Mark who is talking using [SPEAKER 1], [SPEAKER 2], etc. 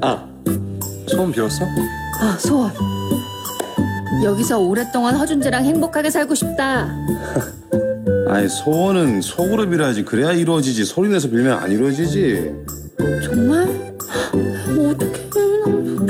[SPEAKER 1] 아, 소원 빌었어?
[SPEAKER 2] 아, 소원. 여기서 오랫동안 허준재랑 행복하게 살고 싶다.
[SPEAKER 1] 아니 소원은 소그룹 빌어야지 그래야 이루어지지 소리내서 빌면 안 이루어지지
[SPEAKER 2] 정말? 어떡해. 나
[SPEAKER 1] 괜찮